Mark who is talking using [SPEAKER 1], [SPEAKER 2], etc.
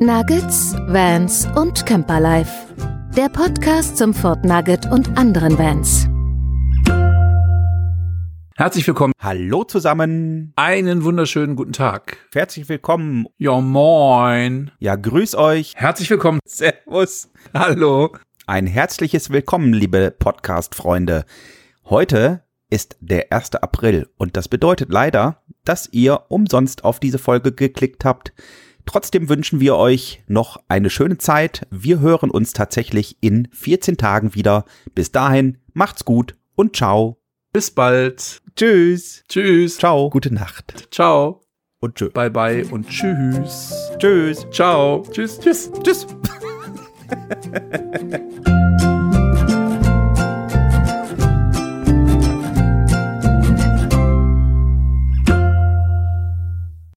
[SPEAKER 1] Nuggets, Vans und Camperlife. Der Podcast zum Fort Nugget und anderen Vans.
[SPEAKER 2] Herzlich willkommen.
[SPEAKER 3] Hallo zusammen.
[SPEAKER 2] Einen wunderschönen guten Tag.
[SPEAKER 3] Herzlich willkommen.
[SPEAKER 2] Ja, moin.
[SPEAKER 3] Ja, grüß euch.
[SPEAKER 2] Herzlich willkommen.
[SPEAKER 3] Servus.
[SPEAKER 2] Hallo.
[SPEAKER 3] Ein herzliches Willkommen, liebe Podcast-Freunde. Heute ist der 1. April und das bedeutet leider, dass ihr umsonst auf diese Folge geklickt habt. Trotzdem wünschen wir euch noch eine schöne Zeit. Wir hören uns tatsächlich in 14 Tagen wieder. Bis dahin, macht's gut und ciao.
[SPEAKER 2] Bis bald.
[SPEAKER 3] Tschüss.
[SPEAKER 2] Tschüss.
[SPEAKER 3] Ciao. Gute Nacht.
[SPEAKER 2] Ciao.
[SPEAKER 3] Und tschö.
[SPEAKER 2] Bye bye und tschüss.
[SPEAKER 3] Tschüss.
[SPEAKER 2] Ciao. Tschüss. Tschüss.
[SPEAKER 3] Tschüss.